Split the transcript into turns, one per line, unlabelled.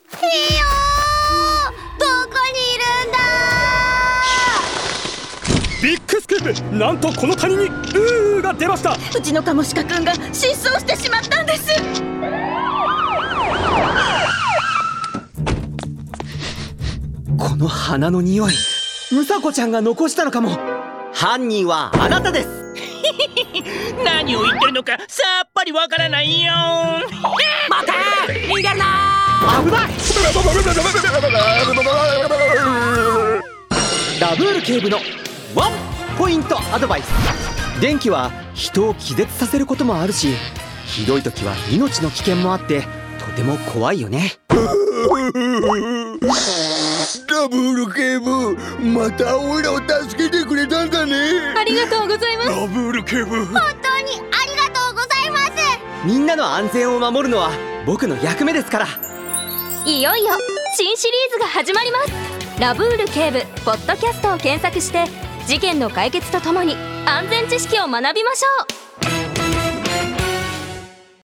よどこにいるんだ
ビッグスクープなんとこの谷にウーが出ました
うちのカモシカくんが失踪してしまったんです
この花の匂いムサコちゃんが残したのかも犯人はあなたです
何を言ってるのかさっぱりわからないよ
待て逃げるな
危ないラブール警部のワンポイントアドバイス電気は人を気絶させることもあるしひどい時は命の危険もあってとても怖いよね
ラブール警部またオイラを助けてくれたんだね
ありがとうございます
ラブール警部
本当にありがとうございま
みんなの安全を守るのは僕の役目ですから
いよいよ新シリーズが始まりますラブール警部ポッドキャストを検索して事件の解決とともに安全知識を学びましょう